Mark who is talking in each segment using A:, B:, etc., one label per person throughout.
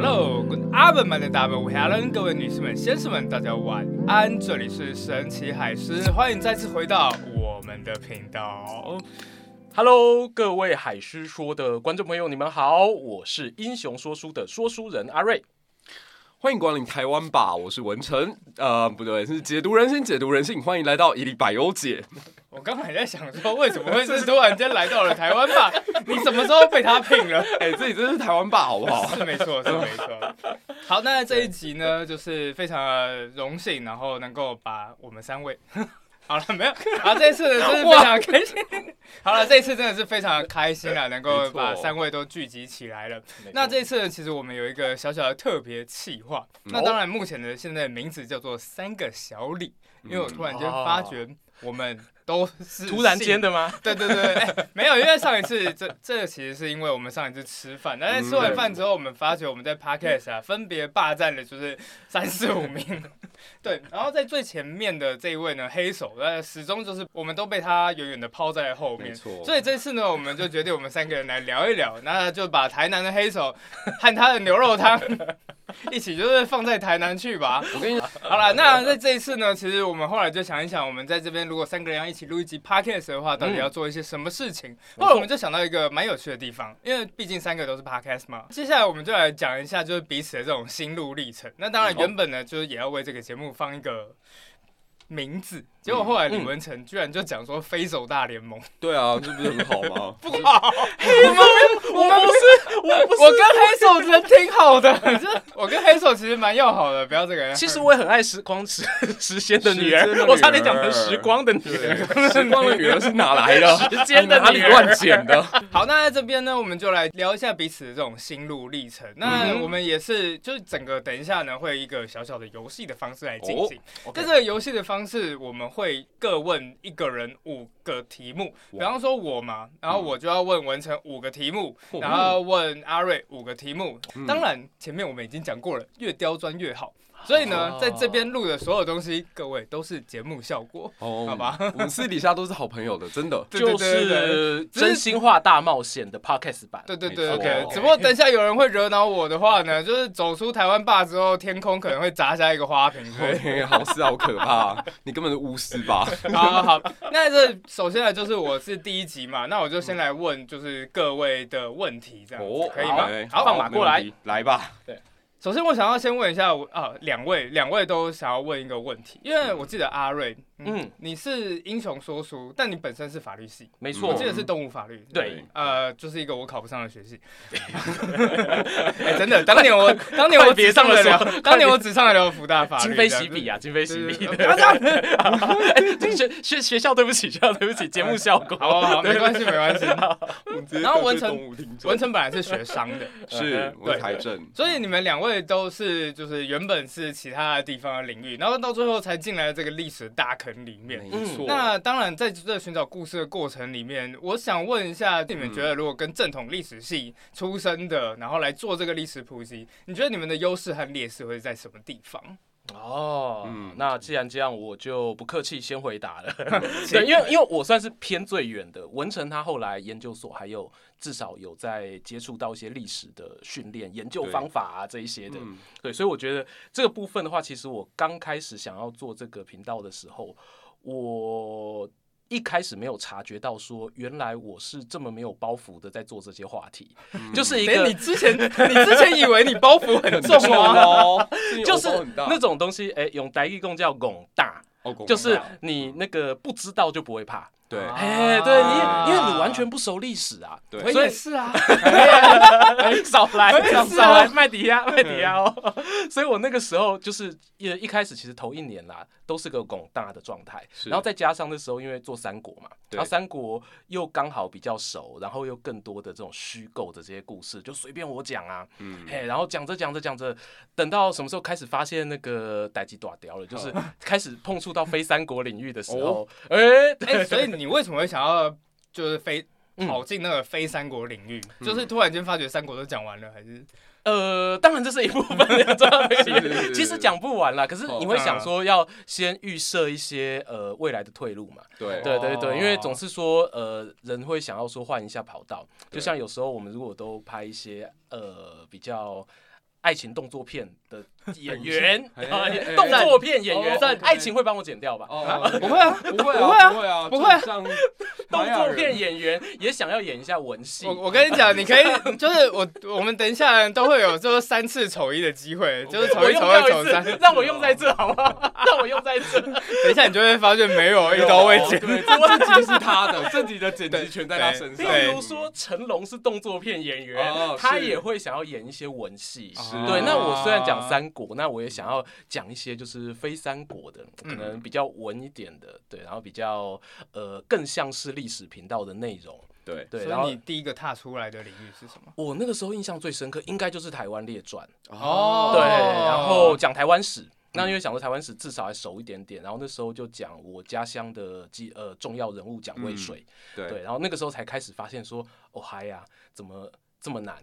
A: 滚阿文们的大门，我是阿伦，各位女士们、先生们，大家晚安，这里是神奇海狮，欢迎再次回到我们的频道。
B: Hello，各位海狮说的观众朋友，你们好，我是英雄说书的说书人阿瑞。
C: 欢迎光临台湾吧，我是文成，呃，不对，是解读人心，解读人性，欢迎来到伊利百欧姐。
A: 我刚才在想说，为什么会是突然间来到了台湾 吧？你什么时候被他聘 了？
C: 哎、这里真是台湾吧，好不好？
A: 是没错，是没错。好，那这一集呢，就是非常的荣幸，然后能够把我们三位。 好了， 没有。好，啊这一次呢真是非常开心。好了，这一次真的是非常开心啊，能够
C: 没错
A: 把三位都聚集起来了。那这一次呢，其实我们有一个小小的特别企划。
B: 嗯
A: 那
B: 哦
A: 当然，目前的现在的名字叫做“三个小李”，因为我突然间发觉我们都是
B: 嗯突然间
A: 的。
B: 的吗？
A: 对对对，哎没有，因为上一次这这其实是因为我们上一次吃饭，但是吃完饭之后，我们发觉我们在 podcast 啊分别霸占了就是三四五名， 对，然后在最前面的这一位呢黑手，呃，始终就是我们都被他远远的抛在后面。
C: 错
A: 所以这次呢，我们就决定我们三个人来聊一聊，那就把台南的黑手和他的牛肉汤 一起就是放在台南去吧。
C: 我跟你讲，
A: 好了，那在这一次呢，其实我们后来就想一想，我们在这边如果三个人要一起录一集 podcast 的话，到底要做一些什么事情？后来我们就想到一个蛮有趣的地方，因为毕竟三个都是 podcast 嘛。接下来我们就来讲一下，就是彼此的这种心路历程。那当然，原本呢，就是也要为这个节目放一个。名字，结果后来李文成居然就讲说“飞走大联盟
C: 对啊，这不是很好吗？”，
B: 我们不是，我不
A: 我跟黑手人挺好的，就是我跟黑手其实蛮要好的，不要这个人。
B: 是。其实我也很爱时光时时间的女
C: 时间的
B: 儿，
C: 女儿
B: 我差点讲成时光的女
C: 对
B: 儿。，
C: 时光的女儿是哪来的？
B: 时间的
C: 你哪里
B: 女儿
C: 乱捡的？
A: 好，那在这边呢，我们就来聊一下彼此的这种心路历程。那
B: 嗯哼
A: 我们也是，就是整个等一下呢，会有一个小小的游戏的方式来进行。在
B: OK
A: 这个游戏的方式，我们会各问一个人五个题目，比方说我嘛，然后我就要问文成五个题目，
C: 哦
A: 然后问阿瑞五个题目。当然，前面我们已经讲过了，越刁钻越好。所以呢，
B: 哦
A: 在这边录的所有东西，各位都是节目效果。
C: 哦
A: 好吧，
C: 我们私底下都是好朋友的，真的。
A: 对对
B: 就
A: 对对对
B: 是
A: 只是
B: 真心话大冒险的 Podcast 版，
A: 对对对对
C: 没错
A: 对，
C: OK，OK
A: 只不过等一下有人会惹恼我的话呢，就是走出台湾坝之后，天空可能会砸下一个花瓶之类的。
C: 对，好事啊好可怕，你根本是巫师吧？
A: 好好好，那这首先呢，就是我是第一集嘛，那我就先来问就是各位的问题，这样子可以吗？
B: 好放马过来，
C: 哦没问题来吧。
A: 首先我想要先问一下我啊，两位两位都想要问一个问题，因为我记得阿瑞，嗯，
B: 嗯，
A: 你是英雄说书，但你本身是法律系，
B: 没
C: 嗯
B: 错
A: 我记，得是动物法律，
B: 对
C: 哎
A: 呃，就是一个我考不上的学系。 哎、真的，当年我当年我只
B: 快别
A: 上
B: 上
A: 了
B: 了
A: 了， 当年我只上得了福大法律。
B: 今非昔比
A: 啊！
B: 啊，今非昔
A: 对呃
B: 比
A: 对
B: 的。
A: 对
B: 哎，这学学学校，对不起，学校对不起，节目效果。
A: 哎好啊好好，没关系没关 系。嗯然后文成
C: 成
A: 文成本来是学商的，
C: 是
B: 嗯
C: 我是台政，
A: 所以你们两位都是就是原本是其他的地方的领域，然后到最后才进来这个历史大坑里面。
C: 没错。
A: 那当然，在这寻找故事的过程里面，我想问一下，你们觉得如果跟正统历史系出身的，然后来做这个历史普及，你觉得你们的优势和劣势会在什么地方？
B: 哦，
C: 嗯
B: 那既然这样，我就不客气，先回答 了。对，因为因为我算是偏最远的，文成他后来研究所还有至少有在接触到一些历史的训练、研究
C: 对
B: 方法啊这一些的。
C: 嗯
B: 对，所以我觉得这个部分的话，其实我刚开始想要做这个频道的时候，我一开始没有察觉到说，原来我是这么没有包袱的在做这些话题，
C: 嗯
B: 就是一
A: 哎，
B: 个
A: 你之前你之前以为你包袱很重
C: 重
A: 吗？
C: 哦，
B: 就是那种东西，哎、用台语共叫拱大。
A: 哦
B: 就是你那个不知道就不会怕，
C: 对
A: 啊
B: 哎、对
A: 啊
B: 你，因为你完全不熟历史啊，
C: 对
A: 我
B: 所
A: 也
B: 以
A: 是啊，
B: 少来
A: 我也是啊
B: 少来麦迪亚麦迪亚哦， 所以我那个时候就是一一开始其实头一年啦都是个拱大的状态，
C: 是
B: 然后再加上那时候因为做三国嘛，
C: 对
B: 然后三国又刚好比较熟，然后又更多的这种虚构的这些故事，就随便我讲啊，
C: 嗯
B: 嘿，然后讲着讲着讲着，等到什么时候开始发现那个逮鸡短掉了，就是 开始碰触到非三国领域的时候，哎、
A: 哎、所以你为什么会想要就是非
B: 嗯
A: 跑进那个非三国领域？就是突然间发觉三国都讲完了，还是
B: 呃，当然这是一部分， 这样
C: 是是是
B: 其实讲不完啦。可是你会想说，要先预设一些呃未来的退路嘛？
C: 对
B: 对对
A: 哦
B: 对，因为总是说呃人会想要说换一下跑道，
C: 对
B: 就像有时候我们如果都拍一些呃比较。爱情动作片的 演员，
C: 哎
B: 啊
C: 哎哎
B: 动作片演员
C: 赞，
B: 爱情会帮我剪掉吧？
C: 哦，
A: 不会啊，
C: 不会
A: 不会
C: 啊，
A: 啊
C: 不会啊，
A: 不会啊
C: 这像
B: 动
C: 玛雅
B: 作
C: 人
B: 片演员也想要演一下文戏
A: 我，我跟你讲，你可以， 就是我我们等一下都会有就是三次丑一的机 会，就是丑
B: 我
A: 一、
B: 用
A: 丑二、
B: 掉
A: 丑
B: 一
A: 三。
B: 次，让我用在这好不好？让我用在这，
A: 等一下你就会发现没有一刀未剪。
C: 对，这这集是他的，这集的剪辑全在他身上。
A: 对
B: 例如说成龙是动作片演
C: 哦
B: 员，他
C: 是
B: 也会想要演一些文戏。哦
C: 是
B: 对，那我虽然
A: 哦
B: 讲三国，那我也想要讲一些就是非三国的，可能比较文一点的，对，然后比较呃更像是历史频道的内容，
C: 对，
B: 对。然
A: 所以
B: 后
A: 你第一个踏出来的领域是什么？
B: 我那个时候印象最深刻，应该就是台湾列传，
A: 哦嗯
B: 对，然后讲台湾史。那因为想说台湾史至少还熟一点点，然后那时候就讲我家乡的基呃重要人物蒋渭
A: 嗯
B: 水，
C: 对
B: 对，然后那个时候才开始发现说，哦嗨呀、怎么这么难？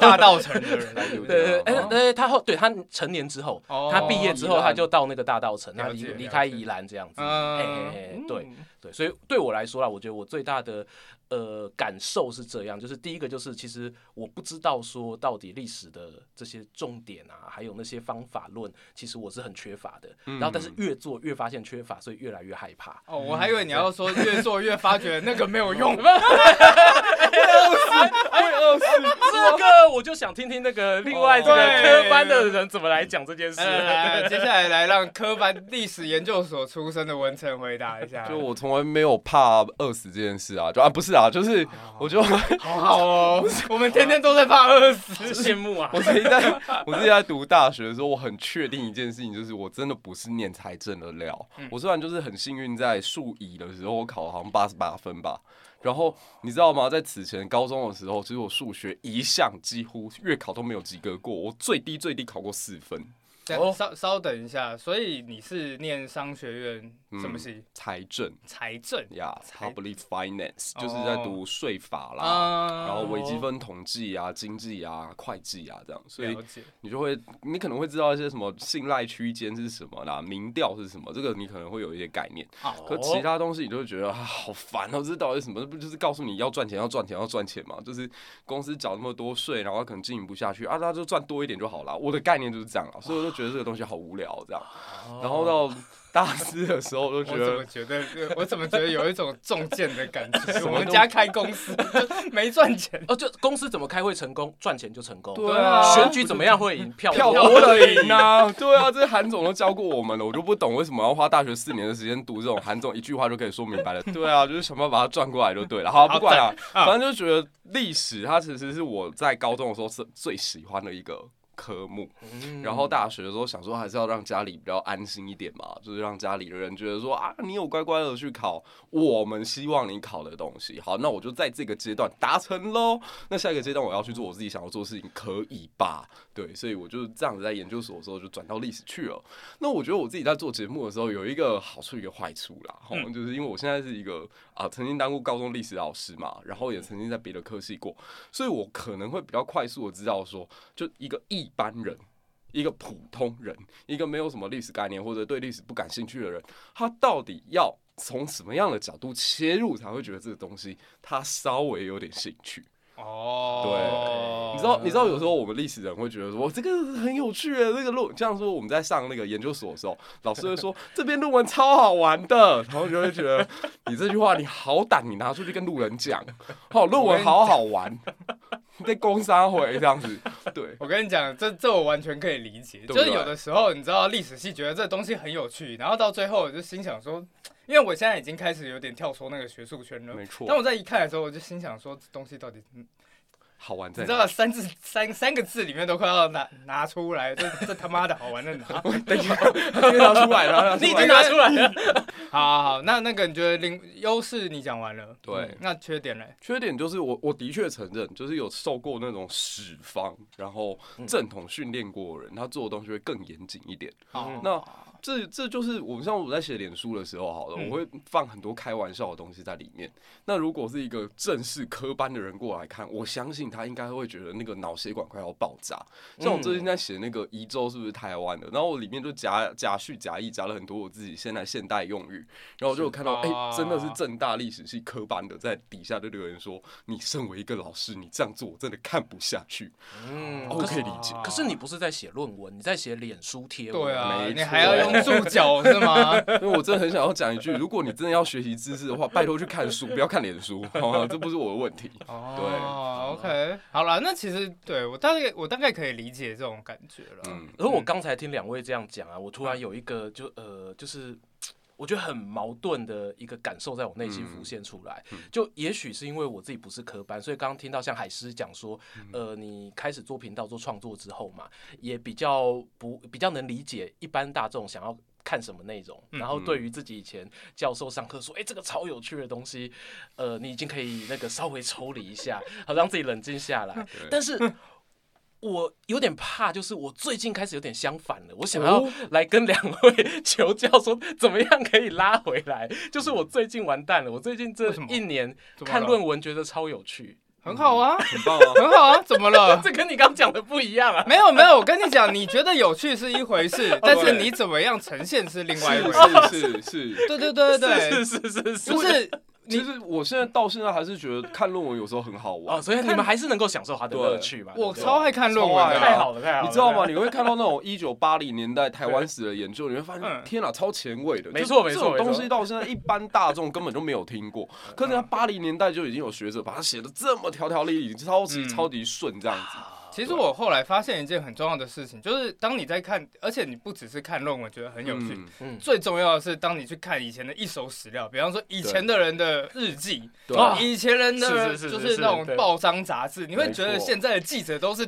A: 大道城的人，
C: 对
B: 对对，哎、
C: 对对，
B: 对他后对他成年之后，
A: 啊哦
B: 他毕业之
C: 宜
B: 后
C: 兰
B: 他就到那个大道城，他
A: 了
B: 离
A: 解
B: 离
A: 了
B: 开
A: 解
B: 宜兰这样子，嘿嘿嘿
A: 嗯，
B: 哎对，对，所以对我来说啦，我觉得我最大的呃感受是这样，就是第一个就是其实我不知道说到底历史的这些重点啊，还有那些方法论，其实我是很缺乏的。然后但是越做越发现缺乏，所以越来越害怕。
A: 哦，我还以为你要说越做越发觉那个没有用，
B: 这个我就想听听那个另外
C: 哦
B: 这个
A: 对
B: 科班的人怎 么来讲这件事。
A: 来
C: 嗯
A: 来来，接下来来让科班历史研究所出身的文成回答一下。
C: 就我从来没有怕饿死这件事啊，就啊不是啊，就是
A: 哦
C: 我就
A: 好好哦，我们天天都在怕饿
B: 是
A: 死。
B: 羡慕啊
C: 我！自己在我自己在读大学的时候，我很确定一件事情，就是我真的不是念财政的料。
A: 嗯
C: 我虽然就是很幸运，在数乙的时候我考了好像八十八分吧。然后你知道吗？在此前高中的时候，其实我数学一项几乎月考都没有及格过，我最低最低考过四分哦
A: 等稍稍等一下，所以你是念商学院什么系？
C: 财政
A: 财政
C: 嗯呀、
A: 财
C: p u b l i c Finance，就是
A: 哦
C: 在读税法啦。
A: 啊
C: 然后微积分统计啊、经济啊、会计啊这样，所以
A: 了解。
C: 你就会，你可能会知道一些什么信赖区间是什么啦，民调是什么，这个你可能会有一些概念。可其他东西你就会觉得啊，好烦哦，这到底是什么？这不就是告诉你要赚钱、要赚钱、要赚钱嘛？就是公司缴那么多税，然后可能经营不下去啊，那就赚多一点就好啦。我的概念就是这样啦，所以我就觉得这个东西好无聊这样。然后到大四的时候，我就觉
A: 我怎
C: 得
A: 么觉得，呃我怎么觉得有一种中箭的感觉？
C: 么
A: 我们家开公司就没赚钱，
B: 哦，就公司怎么开会成功，赚钱就成功。
C: 对啊
B: 选举怎么样会赢票
C: 票
B: 多
C: 多的赢啊！ 对啊，这韩总都教过我们了，我就不懂为什么要花大学四年的时间读这种韩总一句话就可以说明白的。对啊，就是想办法把它转过来就对了。好，不管了、
A: 啊
C: 反正就觉得历史它其实是我在高中的时候是最喜欢的一个。科目，
B: 嗯
C: 然后大学的时候想说还是要让家里比较安心一点嘛，就是让家里的人觉得说啊，你有乖乖的去考我们希望你考的东西。好，那我就在这个阶段达成喽。那下一个阶段我要去做我自己想要做的事情，可以吧？对，所以我就这样子在研究所的时候就转到历史去了。那我觉得我自己在做节目的时候有一个好处一个坏处啦，吼，就是因为我现在是一个啊、曾经当过高中历史老师嘛，然后也曾经在别的科系过，所以我可能会比较快速的知道说，就一个一般人。一个普通人，一个没有什么历史概念或者对历史不感兴趣的人，他到底要从什么样的角度切入才会觉得这个东西他稍微有点兴趣？
A: 哦，
C: 你知道，你知道有时候我们历史人会觉得说，哇这个很有趣的，这个论，这样说我们在上那个研究所的时候，老师会说这篇论文超好玩的，然后就会觉得你这句话你好胆，你拿出去跟路人讲，哦，论文好好玩，你在攻杀回这样子，对，
A: 我跟你讲，这这我完全可以理解，
C: 对不
A: 就
C: 对
A: 是有的时候你知道历史系觉得这东西很有趣，然后到最后我就心想说，因为我现在已经开始有点跳出那个学术圈了。
C: 没错
A: 当，我在一看的时候，我就心想说，这东西到底，嗯
C: 好玩
A: 你
C: 在
A: 知
C: 哪
A: 道？三字三三个字里面都快要拿拿出来，这这他妈的好玩在哪？
C: 等一下，先拿出来，然后
B: 你已经拿出来了，
A: 好好好，那那个你觉得零优势你讲完了，
C: 对
A: 嗯那缺点嘞？
C: 缺点就是我我的确承认，就是有受过那种史方，然后正统训练过的人，他做的东西会更严谨一点。
A: 好，
C: 那
A: 好。
C: 这这就是我像我在写脸书的时候，好了，
A: 嗯
C: 我会放很多开玩笑的东西在里面。那如果是一个正式科班的人过来看，我相信他应该会觉得那个脑血管快要爆炸。像我
A: 嗯
C: 最近在写那个宜州是不是台湾的，然后我里面就夹夹叙夹议夹了很多我自己现在现代用语，然后我就有看到哎、
A: 是啊
C: 真的是正大历史系科班的在底下就留言说，你身为一个老师，你这样做我真的看不下去。
B: 嗯
C: 哦
B: 可
C: 可以
B: 是
C: 理解
B: 可是你不是在写论文，你在写脸书贴文。
A: 啊对啊，
C: 没
A: 你
C: 错
A: 还要用注脚是吗？
C: 因为我真的很想要讲一句，如果你真的要学习知识的话，拜托去看书，不要看脸书，好吗？这不是我的问题。
A: 哦，OK，好了，那其实对我大概我大概可以理解这种感觉了。
C: 嗯，
B: 而我刚才听两位这样讲
A: 嗯
B: 啊，我突然有一个就呃，就是我觉得很矛盾的一个感受在我内心浮现出来。
A: 嗯
B: 就也许是因为我自己不是科班，所以刚刚听到像海狮讲说，
A: 嗯
B: 呃，你开始做频道做创作之后嘛，也比较不比较能理解一般大众想要。看什么内容，
A: 嗯
B: 然后对于自己以前教授上课说，哎、这个超有趣的东西，呃，你已经可以那个稍微抽离一下， 好让自己冷 静下来。但是我有点怕，就是我最近开始有点相反了。我想要
A: 哦
B: 来跟两位求教，说怎么样可以拉回来。 就是我最近完蛋了，我最近这
A: 为什么
B: 一年
A: 怎么
B: 看
A: 了
B: 论文觉得超有趣，
A: 很好啊，
C: 很棒 啊！
A: 很好啊， 怎么了？
B: 这跟你刚讲的不一样啊。
A: 没有没有，我跟你讲，你觉得有趣是一回事，但是你怎么样呈现是另外一回事。
C: 是是是，
A: 对对对对 对，
B: 是是是是。
A: 就是是
C: 其实我现在到现在还是觉得看论文有时候很好玩
B: 哦，。所以你们还是能够享受它的
C: 对
B: 乐趣嘛？
A: 我
B: 对不对
A: 超爱看论文
C: 超爱
B: 太
A: 的
C: 啊，
B: 好了，太好了，
C: 你知道
B: 太好
C: 吗？
B: 了？
C: 你会看到那种一九八零年代台湾史的研究，你会发现，
A: 嗯
C: 天哪，超前卫的。
B: 没错
C: 就
B: 没错
C: 这种东西
B: 没错
C: 到现在一般大众根本就没有听过。可是他八零年代就已经有学者把它写的这么条条理理，超级
A: 嗯啊
C: 超级顺这样子。
A: 其实我后来发现一件很重要的事情，就是当你在看，而且你不只是看论文觉得很有趣，
C: 嗯
B: 嗯，
A: 最重要的是，当你去看以前的一手史料，比方说以前的人的日记，
C: 对
A: 啊以前人的
B: 是是是
A: 就是是
B: 是
A: 那种
B: 对
A: 报章杂志，你会觉得
C: 没错
A: 现在的记者都是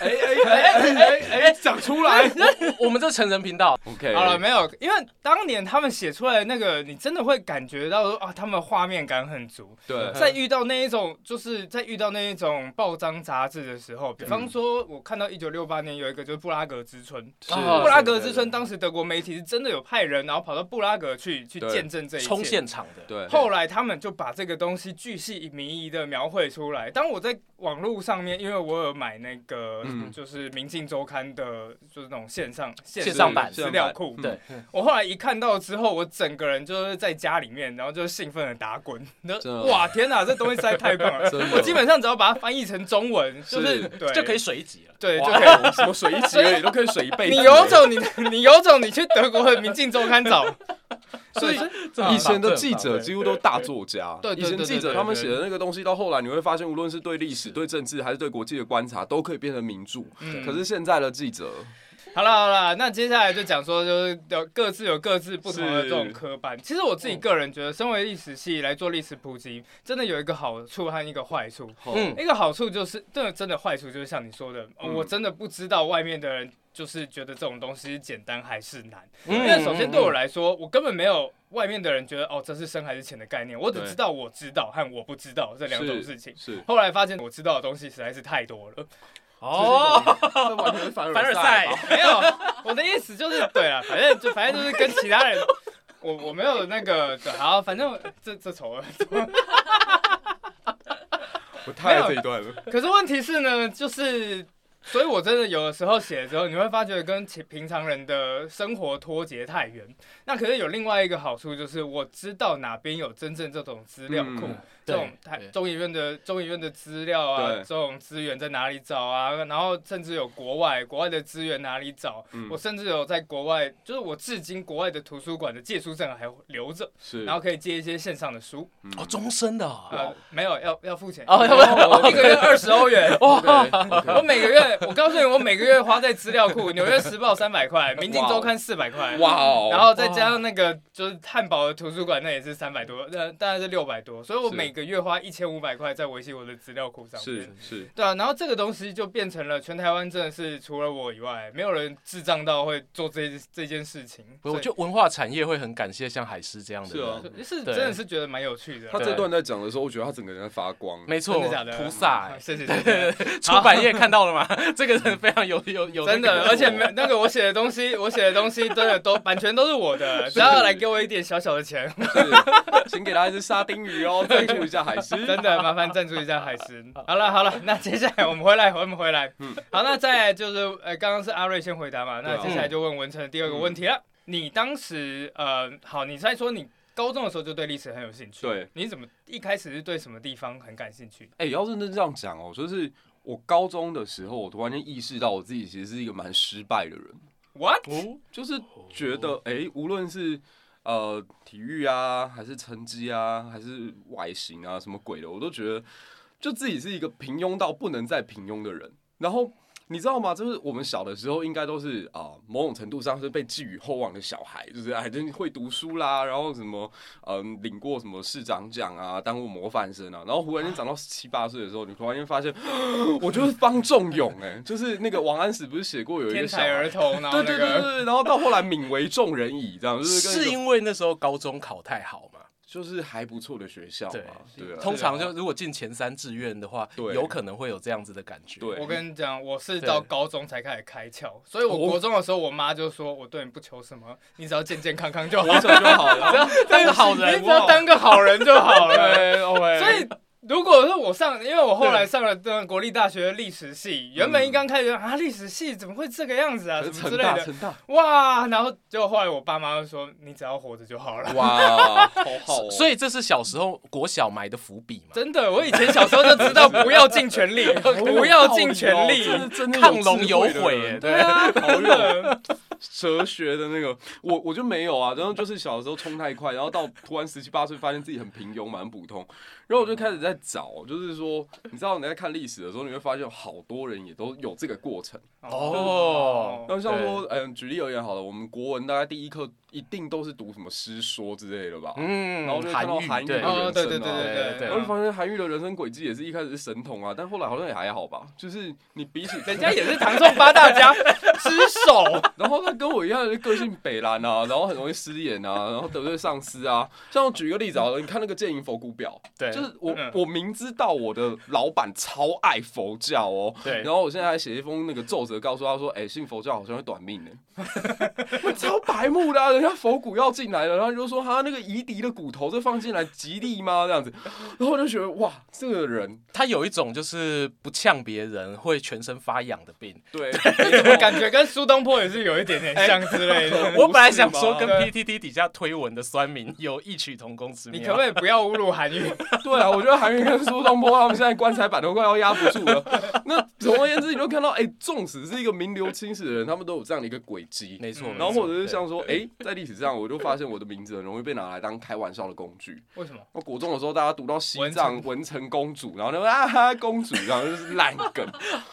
C: 哎哎哎哎哎哎，讲出来。
B: 哎我们这成人频道
C: OK，
A: 好了没有？因为当年他们写出来的那个，你真的会感觉到说啊，他们画面感很足。
C: 对
B: 嗯
A: 在遇到那一种，就是在遇到那一种报章杂志的时候，比方说，我看到一九六八年有一个就是布拉格之春，
C: 是
B: 啊
A: 布拉格之
C: 对对
A: 春当时德国媒体是真的有派人，然后跑到布拉格去去
C: 对
A: 见证这一
B: 冲
A: 切。
B: 现场的，
C: 对，
A: 后来他们就把这个东西巨细靡遗的描绘出来。当我在网络上面，因为我有买那个、
C: 嗯
A: 就是《明镜周刊》的，就是那种线上线
B: 线上版
A: 资料库。
B: 对，
A: 我后来一看到之后，我整个人就是在家里面，然后就兴奋的打滚。然
C: 真
A: 后
C: 的
A: 哇，天哪，这东西实在太棒了！
C: 真的
A: 我基本上只要把它翻译成中文，就是
C: 是
A: 对
B: 就可以水挤了。
A: 对就可以。
C: 哇什么水一集而已，都可以水一辈子。
A: 你有种你， 你有种，你去德国的《明镜周刊》找。
C: 所以
A: 对
B: 这很
C: 以前的
B: 棒这很
C: 记
B: 棒
C: 者
B: 对
C: 几乎都大作家，
A: 啊对对
C: 以前
A: 对
C: 记
A: 对
C: 者
A: 对
C: 他们
A: 对
C: 写的那个东西，到后来你会发现，无论是对历史、对政治，还是对国际的观察，都可以变成名著。
A: 嗯
C: 可是现在的记者，
A: 好了好了，那接下来就讲说，就是有各自有各自不同的
C: 是
A: 这种科班。其实我自己个人觉得，身为历史系来做历史普及，真的有一个好处和一个坏处。
B: 嗯
A: 一个好处就是，真的真的坏处就是像你说的，哦
C: 嗯
A: 我真的不知道外面的人就是觉得这种东西简单还是难。
B: 嗯
A: 因为首先对我来说，我根本没有外面的人觉得哦这是深还是浅的概念，我只
C: 对
A: 知道我知道和我不知道这两种
C: 是
A: 事情。
C: 是
A: 后来发现我知道的东西实在是太多 了。
B: 哦，
C: 这完全是凡
B: 凡尔赛
C: 吧
A: 没有，我的意思就是，对啊，反正就反正就是跟其他人，我我没有那个，对好，反正这这丑了。
C: 我太爱这一段了。
A: 可是问题是呢，就是，所以我真的有的时候写的时候，你会发觉跟其平常人的生活脱节太远。那可是有另外一个好处，就是我知道哪边有真正这种资料库。
C: 嗯
A: 这种
B: 对
A: 台
B: 对
A: 中医院的中医院的资料啊，
C: 对
A: 这种资源在哪里找啊？然后甚至有国外国外的资源哪里找？
C: 嗯
A: 我甚至有在国外，就是我至今国外的图书馆的借书证还留着，
C: 是
A: 然后可以借一些线上的书。
B: 哦，终身的啊
A: 呃，没有要要付钱，
B: 哦要不 哦
A: 一个月二十欧元。
C: 哇啊
A: 我每个月，我告诉你，我每个月 花在资料库，《纽约时报》三百块，《明镜周刊》四百块，
C: 哇哦，
A: 然后再加上那个就是汉堡的图书馆那也是三百多，呃，大概是六百多，所以我
C: 是
A: 每个月花一千五百块在维系我的资料库上面。
C: 是是，
A: 对啊，然后这个东西就变成了全台湾真的是除了我以外，没有人智障到会做这这件事情。
B: 我觉得文化产业会很感谢像海狮这样的
C: 是啊
A: 所以
B: 人，
A: 是哦
B: 对
A: 真的是觉得蛮有趣的。
C: 他
B: 对
C: 这段在讲的时候，我觉得他整个人在发光。
B: 没错，
A: 真的假的？
B: 菩萨、欸，
A: 啊谢谢谢谢，
B: 出版业看到了吗？ 这个人非常有有有那
A: 真
B: 个
A: 的，而且没那个我写的东西，我写的东西真的都版权都是我 的，只要来给我一点小小的钱，
C: 是，请给他一只沙丁鱼 哦，赞助一下海狮。
A: 真的麻烦赞助一下海 参。好了好了，那接下来我们回来，我们回来。
C: 嗯
A: 好，那再来就是呃，刚刚是阿瑞先回答嘛，那
C: 对嗯啊
A: 接下来就问文成的第二个问题了。你当时呃，好，你在说你高中的时候就对历史很有兴趣，
C: 对，
A: 你怎么一开始是对什么地方很感兴趣？
C: 哎、要认真这样讲哦，就是我高中的时候，我突然间意识到我自己其实是一个蛮失败的人，
A: What？
B: 哦，
C: 就是觉得哎、无论是呃体育啊，还是成绩啊，还是外形啊，什么鬼的，我都觉得就自己是一个平庸到不能再平庸的人。然后你知道吗？就是我们小的时候，应该都是啊、某种程度上是被寄予厚望的小孩，就是哎，真会读书啦，然后什么嗯，领过什么市长奖啊，当过模范生啊，然后忽然间长到七八岁的时候，你突然间发现， 我就是方仲永哎、就是那个王安石不是写过有一
A: 天
C: 个小
A: 才
C: 孩
A: 儿童，然后
C: 对
A: 那
C: 对
A: 个
C: 对对，然后到后来泯为众人矣，这样就是跟
B: 是因为那时候高中考太好嘛？
C: 就是还不错的学校
B: 对
C: 嘛，对啊，
B: 通常就如果进前三志愿的话，
C: 对
B: 有可能会有这样子的感觉。
C: 对
A: 我跟你讲，我是到高中才开始开窍，所以
C: 哦
A: 我国中的时候，我妈就说我对你不求什么，你只要健健康康就好，
C: 国小就好了，
B: 当个好人
A: 你只要当个好人就好了。
C: 对，OK，
A: 所以如果是我上，因为我后来上了那个国立大学的历史系，原本一刚开始啊，历史系怎么会这个样子啊，
C: 可
A: 什
C: 是
A: 么之
C: 成
A: 类
C: 嗯大
A: 的，
C: 成大，
A: 哇！然后就后来我爸妈就说，你只要活着就好 了。
C: 哇，好好哦，
B: 所
C: 以
B: 以这是小时候国小埋的伏笔嘛？
A: 真的，我以前小时候就知道不要尽全力，
C: 哎哦
A: 不要尽全力。
C: 真的
B: 亢龙有
C: 智慧的
B: 悔，
C: 人
B: 对啊，
C: 好有哲学的那个，我我就没有啊。然后就是小的时候冲太快，然后到突然十七八岁发现自己很平庸嘛，蛮普通。然后我就开始在找，就是说，你知道你在看历史的时候，你会发现好多人也都有这个过程。
B: 哦
C: 然后像说，嗯，举例而言好了，我们国文大概第一课一定都是读什么诗说之类的吧。
B: 嗯，
C: 然后就看到韩
B: 韩
C: 愈
B: 愈
C: 的
B: 对
C: 人生啊，
A: 哦对对对对啊
B: 对
C: 然后就发现韩愈的人生轨迹也是一开始是神童啊，但后来好像也还好吧。就是你比起
A: 人家也是唐宋八大家之首。
C: 然后他跟我一样的个性北蓝啊，然后很容易失言啊，然后得罪上司啊。像我举一个例子好了，你看那个建营佛骨表，
B: 对，
C: 就是我
A: 嗯
C: 我明知道我的老板超爱佛教哦，
B: 对
C: 然后我现在还写一封那个奏折告诉他说，哎、信佛教好像会短命呢、超白目的、啊，人家佛骨要进来了，然后就说他那个夷狄的骨头这放进来吉利吗？这样子，然后我就觉得哇，这个人
B: 他有一种就是不呛别人会全身发痒的病。
C: 对，
A: 我感觉跟苏东坡也是有一点点像之类的。
B: 我本来想说跟
A: 哎不是吗
B: PTT 底下推文的酸民有异曲同工之妙。
A: 你可不可以不要侮辱韩愈？
C: 对啊，我觉得韩愈跟苏东坡他们现在棺材板都快要压不住了。那总而言之，你就看到，哎、纵使是一个名流青史的人，他们都有这样的一个轨迹。
B: 没错，
A: 嗯
B: 没
C: 然后
B: 错
C: 或者是
B: 对
C: 像说，哎、在历史上，我就发现我的名字很容易被拿来当开玩笑的工具。
A: 为什么？
C: 那国中的时候，大家读到西藏
A: 文
C: 文成公主，然后就说啊哈公主，然后就是烂梗。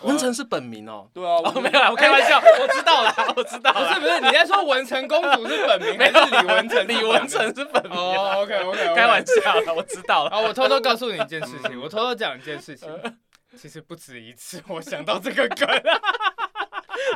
B: 文成是本名哦。
C: 对啊，我
B: 哦，没有啦，我开玩
A: 哎
B: 笑，我知 道啦，我知道
A: 不是
B: 啦。
A: 不是，你在说文成公主是 本名还是李文成？
B: 啊李文。成是本名啊，
A: 哦，OK OK，
B: 开玩。笑啦，我知道了。
A: 啊，我偷偷告诉你一件事 情，我偷偷讲一件事情。
B: 呃
A: 其实不止一次，我想到这个 梗，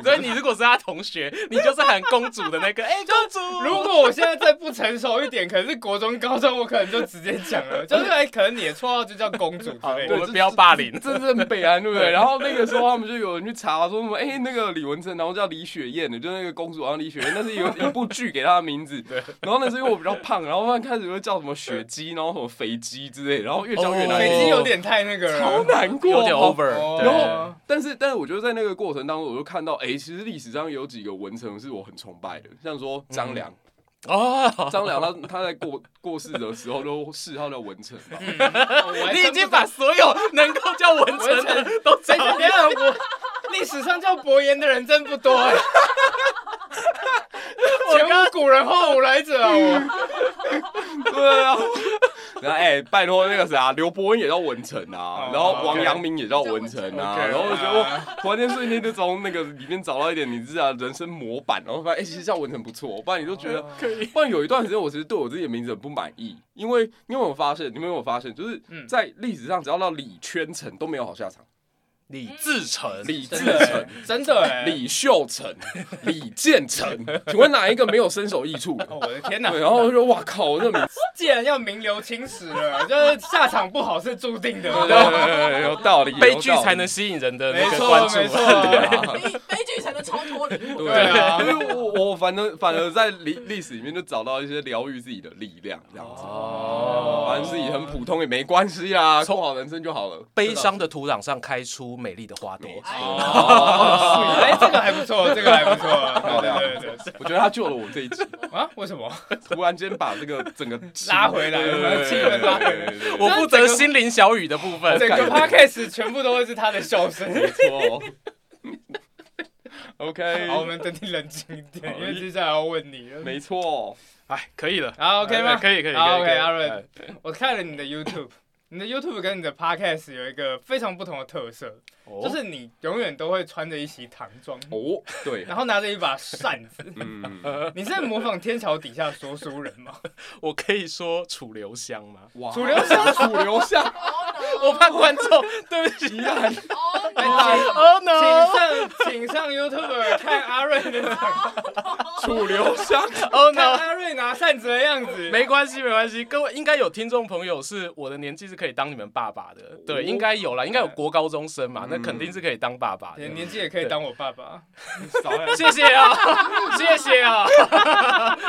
B: 所以你如果是他同学，你就是喊公主的 那个，哎，公主。
A: 如果我现在再不成熟一点，可能是国中、高中，我可能就直接讲 了，就是哎，可能你的绰号就叫公主之类
B: 我
A: 的。
B: 们不要霸凌，
C: 这是很北安，对不对？然后那个时候他们就有人去查说什么，哎、那个李文成，然后叫李雪燕的，就那个公主，然后李雪燕，那是有一部剧给她的 名字。对。然后那是因为我比较胖，然后慢慢开始会叫什么雪姬，然后什么肥鸡之类，然后越叫越难
A: 北
C: 过，
A: 京有点太那个
C: 超
A: 了。
C: 难过，
B: 哦有点
C: 好
B: over
A: 哦。
B: 对
C: 然后，但是，但是我觉得在那个过程当中，我就看到，哎、其实历史上有几个文臣是我很崇拜的，像说张良，
B: 哦，
C: 张良他他在过过世的时候都谥号叫文臣嘛，
A: 我还
B: 你
A: 真
B: 已
A: 不
B: 经把所 有能够叫文成的都
A: 谁
B: 讲
A: 等一下 我历史上叫伯言的人真不多哎、前无古人后无来者啊！我
C: 对啊，然后哎，拜托那个谁啊，刘伯温也叫文成
A: 哦，
C: 啊然后
A: OK
C: 王阳明也叫文成啊，
A: OK
C: 然后我觉得哇，突然间瞬间就从那个里面找到一点你自己的人生模板，然后发现哎，其实叫文成不错，不然你就觉得。
B: 可以。
C: 不然有一段时间，我其实对我自己的名字很不满意，因为你有没有发现？你们有没有发现，就是
A: 嗯
C: 在历史上，只要到李圈成都没有好下场，
B: 李自成，
C: 李自
A: 真
C: 成
A: 的、真的哎，
C: 李秀成、李建成，请问哪一个没有身首异处？
A: 哦，我的天哪
C: 对，！
B: 啊
C: 然后我就说哇靠，我这名字，
A: 既然要名留青史了，就是下场不好是注定的，
C: 对对对对 有道理，有道理
B: 悲剧才能吸引人的
A: 没
B: 那个
A: 错
B: 关注啊
A: 没。错
C: 对
D: 悲悲剧才能超脱礼物。
C: 对
A: 啊
C: 啊，因为我我反正反而在历历史里面就找到一些疗愈自己的力量，这样子，
B: 哦
C: 反正自己很普通也没关系啊，过好人生就好了。
B: 悲伤的土壤上开出美丽的花朵。
D: 哎
A: 哦，哎，这个还不错，这个还不错，对对对对对
C: 我觉得他救了我这一集，
A: 啊？为 什么？
C: 突然间把这个整个
A: 拉回来
C: 对对对
A: 气氛拉回来
C: 对对对对
B: 我负责心灵小雨的部分
A: 整。个
C: 感
A: podcast 全部都会是他的笑声。
C: 没错。OK，
B: 哎
A: 好，我们等你冷静一点，
C: 好
A: 因为接下来要问你了。
C: 没错，
B: 哎，可以了。哎
A: 好，OK 吗？
B: 可以可以可以。
A: 好
B: 可以
A: ，OK，阿伦，
B: 哎
A: 我看了你的 YouTube，你的 YouTube 跟你的 podcast 有一个非常不同的特色，
B: 哦
A: 就是你永远都会穿着一袭唐装，
C: 哦，对，
A: 然后拿着一把扇子。
C: 嗯，
A: 你是在模仿天桥底下说书人 吗？
B: 我可以说楚留香 吗？
C: 哇，
A: 楚留香
C: 楚留香，
B: 我怕观 众，对不起。
D: 哦
A: 哎 大
D: ，no，
B: Oh
A: 请
B: no！
A: 上，请上 YouTube 看阿瑞的，
C: 楚留香，
B: Oh
A: 看
B: no！
A: 阿瑞拿扇子的样子。
B: 没关系，没关系，各位应该有听众朋友是我的年纪是可以当你们爸爸的，
A: 哦
B: 对，应该有啦，应该
A: 哎
B: 有国高中生嘛，那肯定是可以当爸爸的
A: 嗯年。年纪也可以当我爸爸，
B: 谢谢 啊，谢谢啊，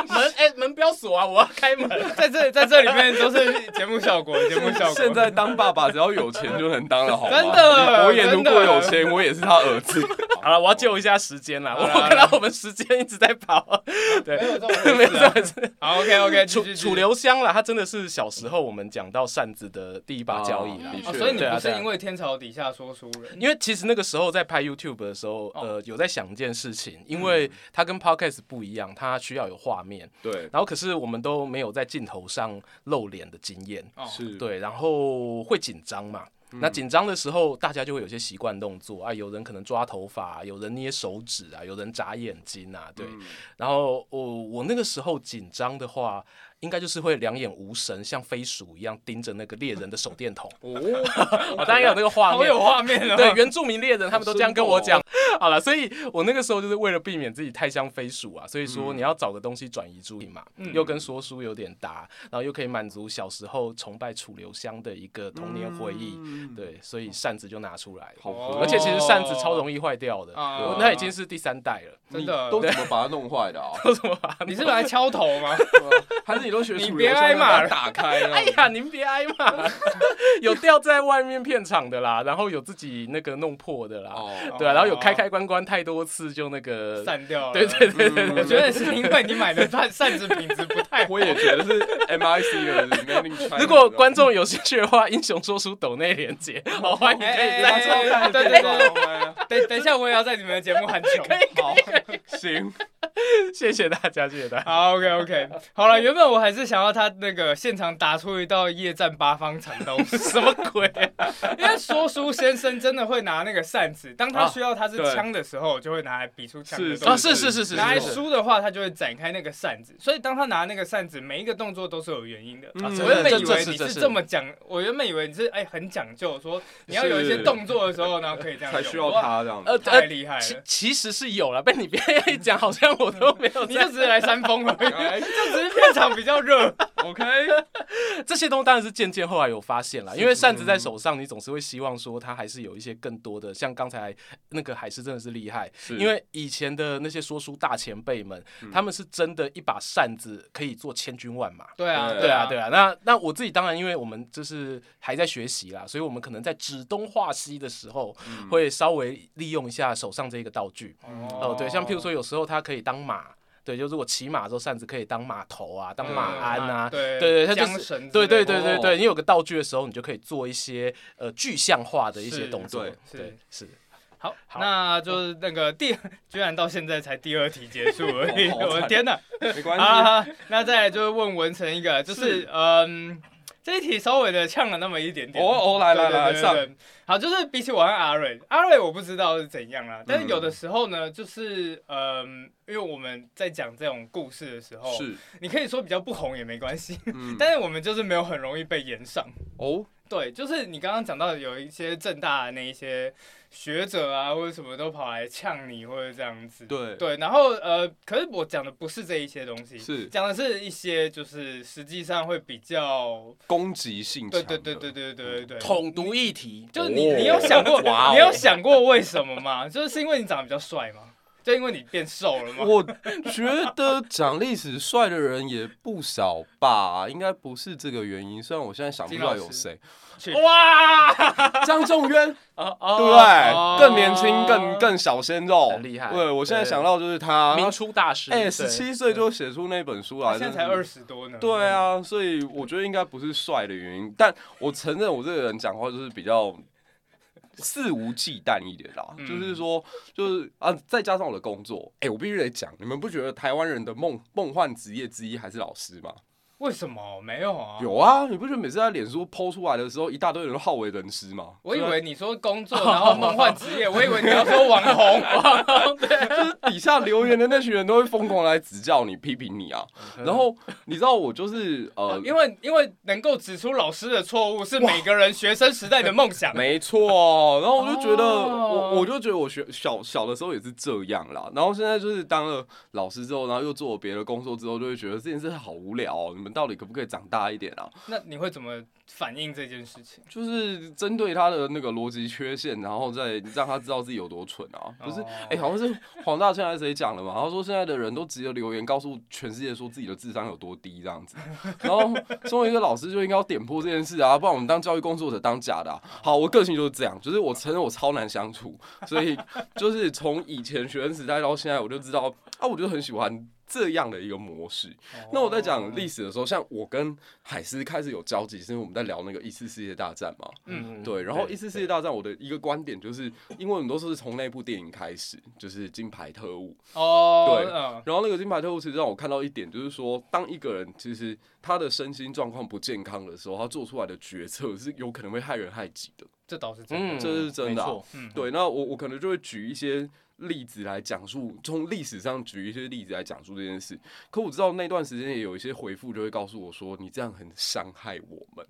B: 门哎、门不要锁啊，我要开门。
A: 在这在这里面都是节目效果，节目效果。
C: 现在当爸爸只要有钱就能当了，好吗？
A: 真的
C: 我也如
A: 真的
C: 果有钱，我也是他儿子。
B: 好了，我要救一下时间啦，
A: 好啦
B: 我看到我们时间一直在跑。对，
A: 没有这种 回
B: 没有
A: 事
B: 这
A: 啊
B: 回事。
A: 好，OK OK，
B: 楚楚留香啦，他真的是小时候我们讲到扇子的第一把交椅啦。
C: 哦的
A: 哦，
C: 确
A: 所以你
B: 对啊
A: 不是
B: 对啊
A: 因为天朝底下说书人，
B: 因为其实那个时候在拍 YouTube 的时
A: 哦
B: 候，呃，有在想一件事情，因
A: 嗯
B: 为它跟 Podcast 不一样，它需要有画面，
C: 对，
B: 然后可是我们都没有在镜头上露脸的经验，
A: 哦，
C: 是，。
B: 对，然后会紧张嘛。那紧张的时候，大家就会有些习惯动作啊，有人可能抓头发、有人捏手指啊，有人眨眼睛啊，对。然后我、我那个时候紧张的话，应该就是会两眼无神，像飞鼠一样盯着那个猎人的手电筒
C: 哦，
B: 啊，当然有那个画
A: 好
B: 面
A: 有，画面 哦。
B: 对，原住民猎人他们都这样跟我讲
C: 好。哦
B: 好了，所以我那个时候就是为了避免自己太像飞鼠啊，所以说你要找个东西转移注意嘛，
C: 嗯
B: 又跟说书有点搭，然后又可以满足小时候崇拜楚留香的一个童年回忆。对，所以扇子就拿出来了，
C: 嗯好哦
A: 哦
B: 而且其实扇子超容易坏掉的，
A: 啊
B: 我那已经是第三代了。
A: 哦真的
C: 你都怎么把它弄坏的啊？
A: 你是来敲头吗？
C: 还是你都学
A: 你
C: 楚
A: 别
C: 留
A: 挨
C: 香
A: 骂
C: 把它打开啊？
B: 哎呀，您别挨 骂，有掉在外面片场的啦，然后有自己那个弄破的啦，
C: 哦，
B: 对啊，然后有开开关关太多次就那个
A: 散掉了。
B: 对对对对
A: 我觉得是因为你买的扇扇子品质不太好
C: 我。也觉得是 MIC 的 Made in China
B: 如果观众有兴趣的话，英雄说书抖内连接， 好欢迎可以
A: 哎哎
B: 赞
A: 哎
B: 助。
A: 哎对对
C: 对，
A: 等等一下，我也要在你们的节目喊穷。
C: 好，行，
B: 谢谢大家，谢谢大家。
A: 好，OK OK，好了，原本我还是想要他那个现场打出一道夜战八方长刀，
B: 什么鬼啊、
A: 因为说书先生真的会拿那个扇子，当他需要他是
C: 啊对
A: 枪的时候，就会拿来比出枪的
C: 是
A: 动
B: 啊
A: 作。
B: 是是是是
A: 拿来
B: 是
A: 输的话，他就会展开那个扇子，所以当他拿那个扇子，每一个动作都是有原因的。啊
C: 嗯
A: 我原
B: 这
A: 本以
B: 这
A: 为
B: 是
A: 你
B: 这
A: 是这么讲，我原本以为你是哎很讲究，说你要有一些动作的时候，然后可以这样
C: 才
A: 用
C: 需要，他这样子。
B: 呃
A: 哇太
B: 呃，
A: 厉害
B: 其
A: 了，
B: 其实是有了，被你别一讲，好像我都没有
A: 你就
B: 在。
A: 只是来扇风 而已，
C: 哎
A: 就只是片场比较热。
C: OK，
B: 这些东西当然是渐渐后来有发现了，因为扇子在手上，你总是会希望说它还是有一些更多的，像刚才那个海狮真的是嗯厉害，因为以前的那些说书大前辈们，他们是真的一把扇子可以做千军万马。
A: 对啊，
C: 对
B: 对啊，对啊，那那我自己当然，因为我们就是还在学习啦，所以我们可能在指东画西的时候，
C: 嗯
B: 会稍微利用一下手上这个道具。哦、对，像譬如说，有时候它可以当马，对，就是我骑马的时候，扇子可以当马头啊，
A: 嗯
B: 当马鞍啊，
A: 哦对
B: 对对，它
A: 缰
B: 就
A: 绳
B: 是
A: 之
B: 对对
A: 类的
B: 对对
C: 哦
B: 对，你有个道具的时候，你就可以做一些呃具象化的一些
A: 是
B: 动作
C: 对，
A: 是
B: 对是。
A: 好，
B: 好
A: 那就是那个第，居然到现在才第二题结束而已，
C: 哦好惨
A: 我的天哪！
C: 没关系。
A: 啊，那再来就是问文成一个，就是嗯，这一题稍微的呛了那么一点点。
C: 哦哦，来来
A: 对对
C: 来
A: 对
C: 上，
A: 对好，就是比起我和阿瑞，阿瑞我不知道是怎样
C: 嗯
A: 啦，但是有的时候呢，就是嗯、因为我们在讲这种故事的时候，
C: 是，
A: 你可以说比较不红也没关系，
C: 嗯，
A: 但是我们就是没有很容易被延上。
C: 哦，
A: 对，就是你刚刚讲到有一些正大的那一些学者啊，或者什么都跑来呛你，或者这样子。
C: 对，
A: 对，然后呃，可是我讲的不是这一些东西，
C: 是
A: 讲的是一些就是实际上会比较，
C: 攻击性
A: 对
C: 强
A: 对
C: 的，
A: 对对对对对对，
B: 统独议题，
A: 就是你，
C: 哦
A: 你有想过，
C: 哇哦
A: 你有想过为什么吗？ 就是因为你长得比较帅吗？就因为你变瘦了吗？
C: 我觉得讲历史帅的人也不少吧， 应该不是这个原因。虽然我现在想不出来有谁，
A: 去
B: 哇，
C: 张 仲渊，
B: 哦
C: 对
B: 哦
C: 不
A: 哦
C: 对？更年轻，更更小鲜肉，
B: 很厉害
C: 对我现在
B: 对
C: 想到就是他，
B: 民初大师，
C: 哎，
B: 对
C: 十七岁就写出那本书来，
A: 现在
C: 真
A: 才
C: 的是
A: 二十多呢。嗯
C: 对啊，所以我觉得应该不是帅的原因，但我承认我这个人讲话就是比较肆无忌惮一点啦，
A: 嗯
C: 就是说，就是啊，再加上我的工作，哎、我必须得讲，你们不觉得台湾人的梦梦幻职业之一还是老师吗？
A: 为什么没有啊？
C: 有啊，你不觉得每次在脸书抛出来的时候，一大堆人都好为人 师吗？
A: 我以为你说工作，然后梦幻职业，我以为你要说网红。
C: 底下留言的那群人都会疯狂来指教你、批评你啊。
A: 嗯
C: 然后你知道我就是呃，
A: 因为因为能够指出老师的错误是每个人学生时代的梦想。
C: 没错，然后我就觉得，
A: 哦
C: 我我就觉得我学小小的时候也是这样啦。然后现在就是当了老师之后，然后又做了别的工作之后，就会觉得这件事好无聊、哦。你们到底可不可以长大一点啊？
A: 那你会怎么反应这件事情？
C: 就是针对他的那个逻辑缺陷，然后再让他知道自己有多蠢啊！不是，
A: 哦
C: 哎、好像是黄大千还是谁讲的嘛？他说现在的人都急着留言告诉全世界说自己的智商有多低这样子。然后身为一个老师就应该要点破这件事啊，不然我们当教育工作者当假的啊、好，我个性就是这样，就是我承认我超难相处，所以就是从以前学生时代到现在，我就知道啊，我就很喜欢这样的一个模式。那我在讲历
A: 史，
C: 史的时候，像我跟海思开始有交集，是因为我们在聊那个一次世界大战嘛。
A: 嗯，
C: 对，然后一次世界大战，我的一个观点就是，因为我们都是从那部电影开始，就是《金牌特务》。
A: 哦，
C: 对
A: 嗯，
C: 然后那个《金牌特务》其实让我看到一点，就是说，当一个人其实他的身心状况不健康的时候，他做出来的决策是有可能会害人害己的。
A: 这倒是真的。
B: 嗯，
C: 这是真的啊
B: 没错
A: 嗯，
C: 对，那我我可能就会举一些例子来讲述，从历史上举一些例子来讲述这件事。可我知道那段时间也有一些回复就会告诉我说，你这样很伤害我们。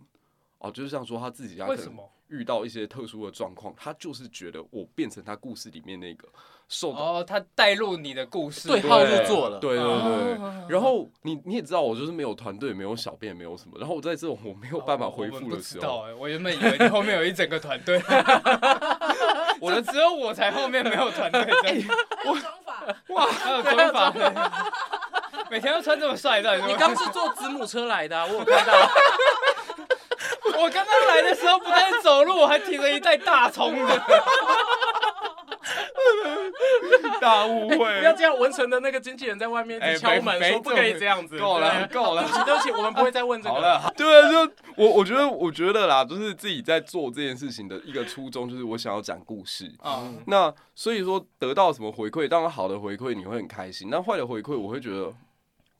C: 哦，就是像说他自己，他
A: 为
C: 可
A: 什
C: 能
A: 么？
C: 遇到一些特殊的状况，他就是觉得我变成他故事里面那个受到。
A: 哦，他带入你的故事，
B: 对
C: 对
B: 号入座了
C: 对对对对。
A: 哦
C: 然后你你也知道，我就是没有团队，没有小编，没有什么。然后我在这种我没有办法回
A: 哦我们
C: 复
A: 不
C: 的
A: 知
C: 时
A: 道
C: 候，
A: 哎、我原本以为你后面有一整个团 队，我的只有我才后面没有团队，
C: 哎
A: 真的
D: 还有妆法，
A: 哇，还有
C: 啊
A: 妆法，每天都穿这么帅，到底是
B: 你刚是坐子母车来的啊，我有看到，
A: 我刚刚来的时候不但是走路，我还提着一袋大葱的，
C: 大误
B: 不要这样，文成的那个经纪人在外面一
C: 哎
B: 直敲门
C: 没
B: 说不可以这样子，
C: 够
A: 啊
C: 了
B: 对。
C: 够了
B: 对。不起，对不起，我们不会再问这个
C: 好了，。 对，啊就我我觉得我觉得啦，就是自己在做这件事情的一个初衷，就是我想要讲故事。
A: 啊，
C: 那所以说得到什么回馈，当然好的回馈你会很开心，但坏的回馈我会觉得，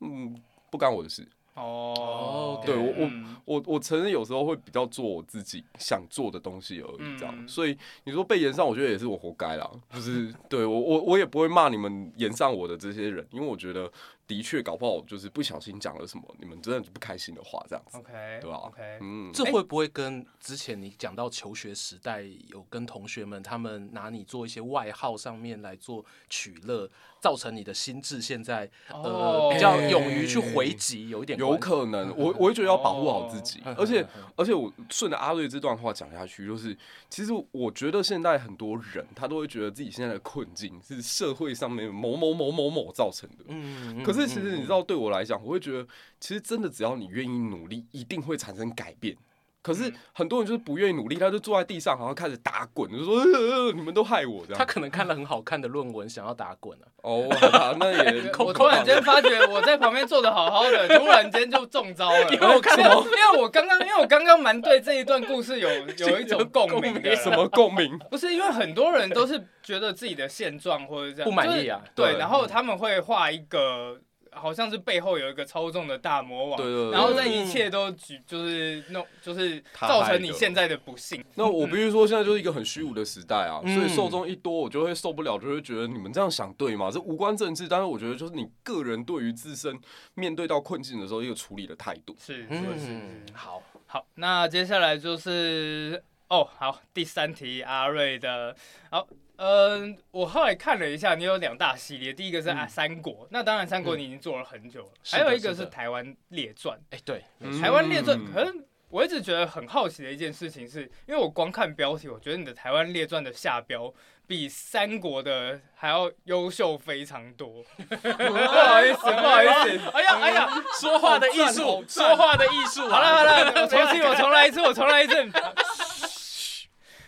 C: 嗯，不干我的事。
A: 哦
B: 对我
C: 我我我承认有时候会比较做我自己想做的东西而已，这样。
A: 嗯
C: 所以你说被延上，我觉得也是我活该啦，就是对我我我也不会骂你们延上我的这些人，因为我觉得的确搞不好就是不小心讲了什么，你们真的不开心的话，这样子，
A: OK，
C: 对吧、
A: OK，
C: 嗯，
B: 这会不会跟之前你讲到求学时代有跟同学们他们拿你做一些外号上面来做取乐，造成你的心智现在
A: 哦
B: 呃比较勇于去回击，有一点
C: 有
B: 关系
C: 可能，我我会觉得要保护好自己，
B: 哦
C: 而且而且我顺着阿瑞这段话讲下去，就是其实我觉得现在很多人他都会觉得自己现在的困境是社会上面某某某某某造成的。
B: 嗯，嗯
C: 可是其实你知，道，对我来讲，我会觉得其实真的只要你愿意努力，一定会产生改变。可是
B: 嗯
C: 很多人就是不愿意努力，他就坐在地上，然后开始打滚，就说、呃、你们都害我这
B: 嗯他
C: 样。
B: 可能看了很好看的论文，想要打滚啊。
C: 哦，好吧那 也
A: 我突然间发觉我在旁边坐的好好的，突然间就中招了。因
B: 为我看
A: 到， 因为我刚刚，因为我刚刚蛮对这一段故事有有一种共鸣的。
C: 什？么共鸣？
A: 不是因为很多人都是觉得自己的现状或者这样
B: 不满意啊
A: 就是对，
C: 对
A: 然后他们会画一个。好像是背后有一个操纵的大魔王，
C: 对对对
A: 然后在一切都举就是弄就是
C: 他
A: 造
C: 害
A: 成你
C: 的
A: 现在的不幸。
C: 那我必须说，现在就是一个很虚无的时代啊，
B: 嗯
C: 所以受众一多，我就会受不了，就会觉得你们这样想对吗？这无关政治，但是我觉得就是你个人对于自身面对到困境的时候一个处理的态度。
A: 是是是是
B: 嗯，好，
A: 好，那接下来就是哦，好，第三题阿瑞的，好，嗯、我后来看了一下，你有两大系列，第一个是啊三国，那当然三国你已经做了很久了，
B: 是
A: 还
B: 的
A: 有一个
B: 嗯是
A: 是
B: 的
A: 台湾列传，
B: 哎，对，没错
C: 嗯
A: 台湾列传，可是我一直觉得很好奇的一件事情是，因为我光看标题，我觉得你的台湾列传的下标比三国的还要优秀非常 多， 不好意思，不好意思，
B: 哎呀哎呀， 说话的艺
C: 好
B: 术，
C: 赞
B: 说话的艺术啊，
A: 好了好了，我 重新我重来一次，我重来一次。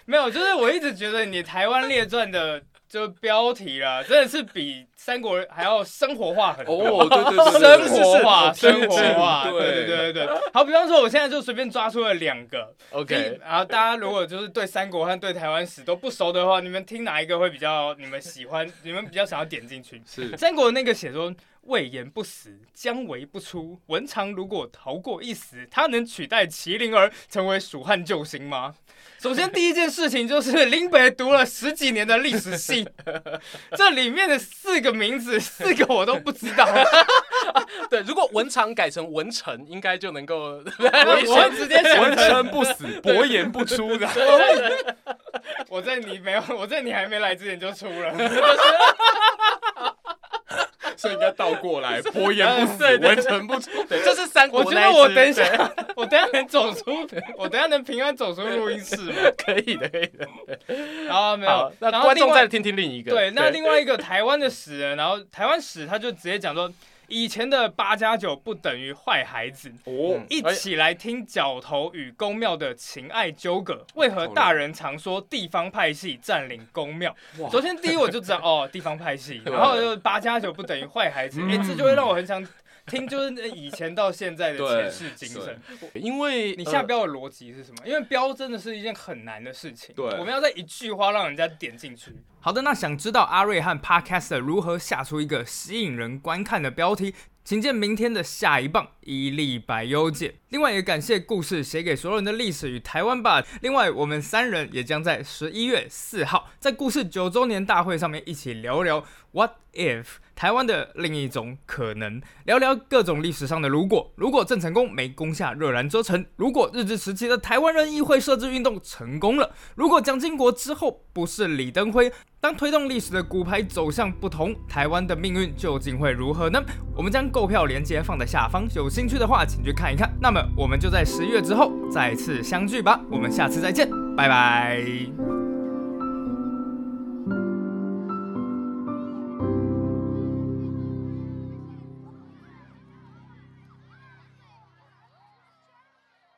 A: 没有，就是我一直觉得你台湾列传的就标题啦，真的是比三国还要生活化很多。
C: 哦，对对对
A: 生
C: 对对
A: 活 化，
B: 是是是
A: 生活化，
C: 是是
A: 对对对对。好，比方说，我现在就随便抓出了两个，
B: ，OK，
A: 然后大家如果就是对三国和对台湾史都不熟的话，你们听哪一个会比较你们喜欢，你们比较想要点进去？
C: 是
A: 三国那个写说“魏延不死，姜维不出，文长如果逃过一死，他能取代麒麟儿成为蜀汉救星吗？”首先第一件事情就是林北读了十几年的历史 系，这里面的四个名字，四个我都不知道，
B: 对，如果文场改成文成，应该就能 够
A: 我会直接想
C: 文
A: 成
C: 臣不死，博言不出的。
A: 我在你没有，我在你还没来之前就出了。
C: 所以应该倒过来，博言不死，
B: 对对
C: 文臣不出。
B: 对，这是三国
A: 我觉
B: 那
A: 得
B: 一
A: 我
B: 支
A: 等一
B: 对
A: 下， 我等一下能走出，我等一下能平安走出录音室 吗？
B: 可以的，可以的。
A: 然后没有
B: 好，，那
A: 然后
B: 观
A: 另
B: 众
A: 外
B: 再听听另一个。
A: 对，那另外一个台湾的史人，然后台湾史他就直接讲说，以前的八加九不等于坏孩子。
C: 哦
A: 一
B: 哎
A: 起来听角头与公庙的情爱纠葛，为何大人常说地方派系占领公庙？
C: 哇
A: 昨天第一我就知 道哦，地方派系，然后就八加九不等于坏孩子，哎、
C: 嗯
A: 这就会让我很想听，就是以前到现在的前世今
C: 对
A: 生。
B: 因为
A: 你下
B: 呃
A: 标的逻辑是什么？因为标真的是一件很难的事情，
C: 对
A: 我们要在一句话让人家点进去。好的，那想知道阿瑞和 Podcast 如何下出一个吸引人观看的标题？请见明天的下一棒伊利百优姐。另外也感谢故事写给所有人的历史与台湾吧。另外我们三人也将在十一月四号在故事九周年大会上面一起聊聊 What if 台湾的另一种可能，聊聊各种历史上的如果，如果郑成功没攻下热兰遮城，如果日治时期的台湾人议会设置运动成功了，如果蒋经国之后不是李登辉，当推动历史的骨牌走向不同，台湾的命运究竟会如何呢？我们将购票链接放在下方，有兴趣的话请去看一看。那么我们就在十月之后再次相聚吧，我们下次再见，拜拜。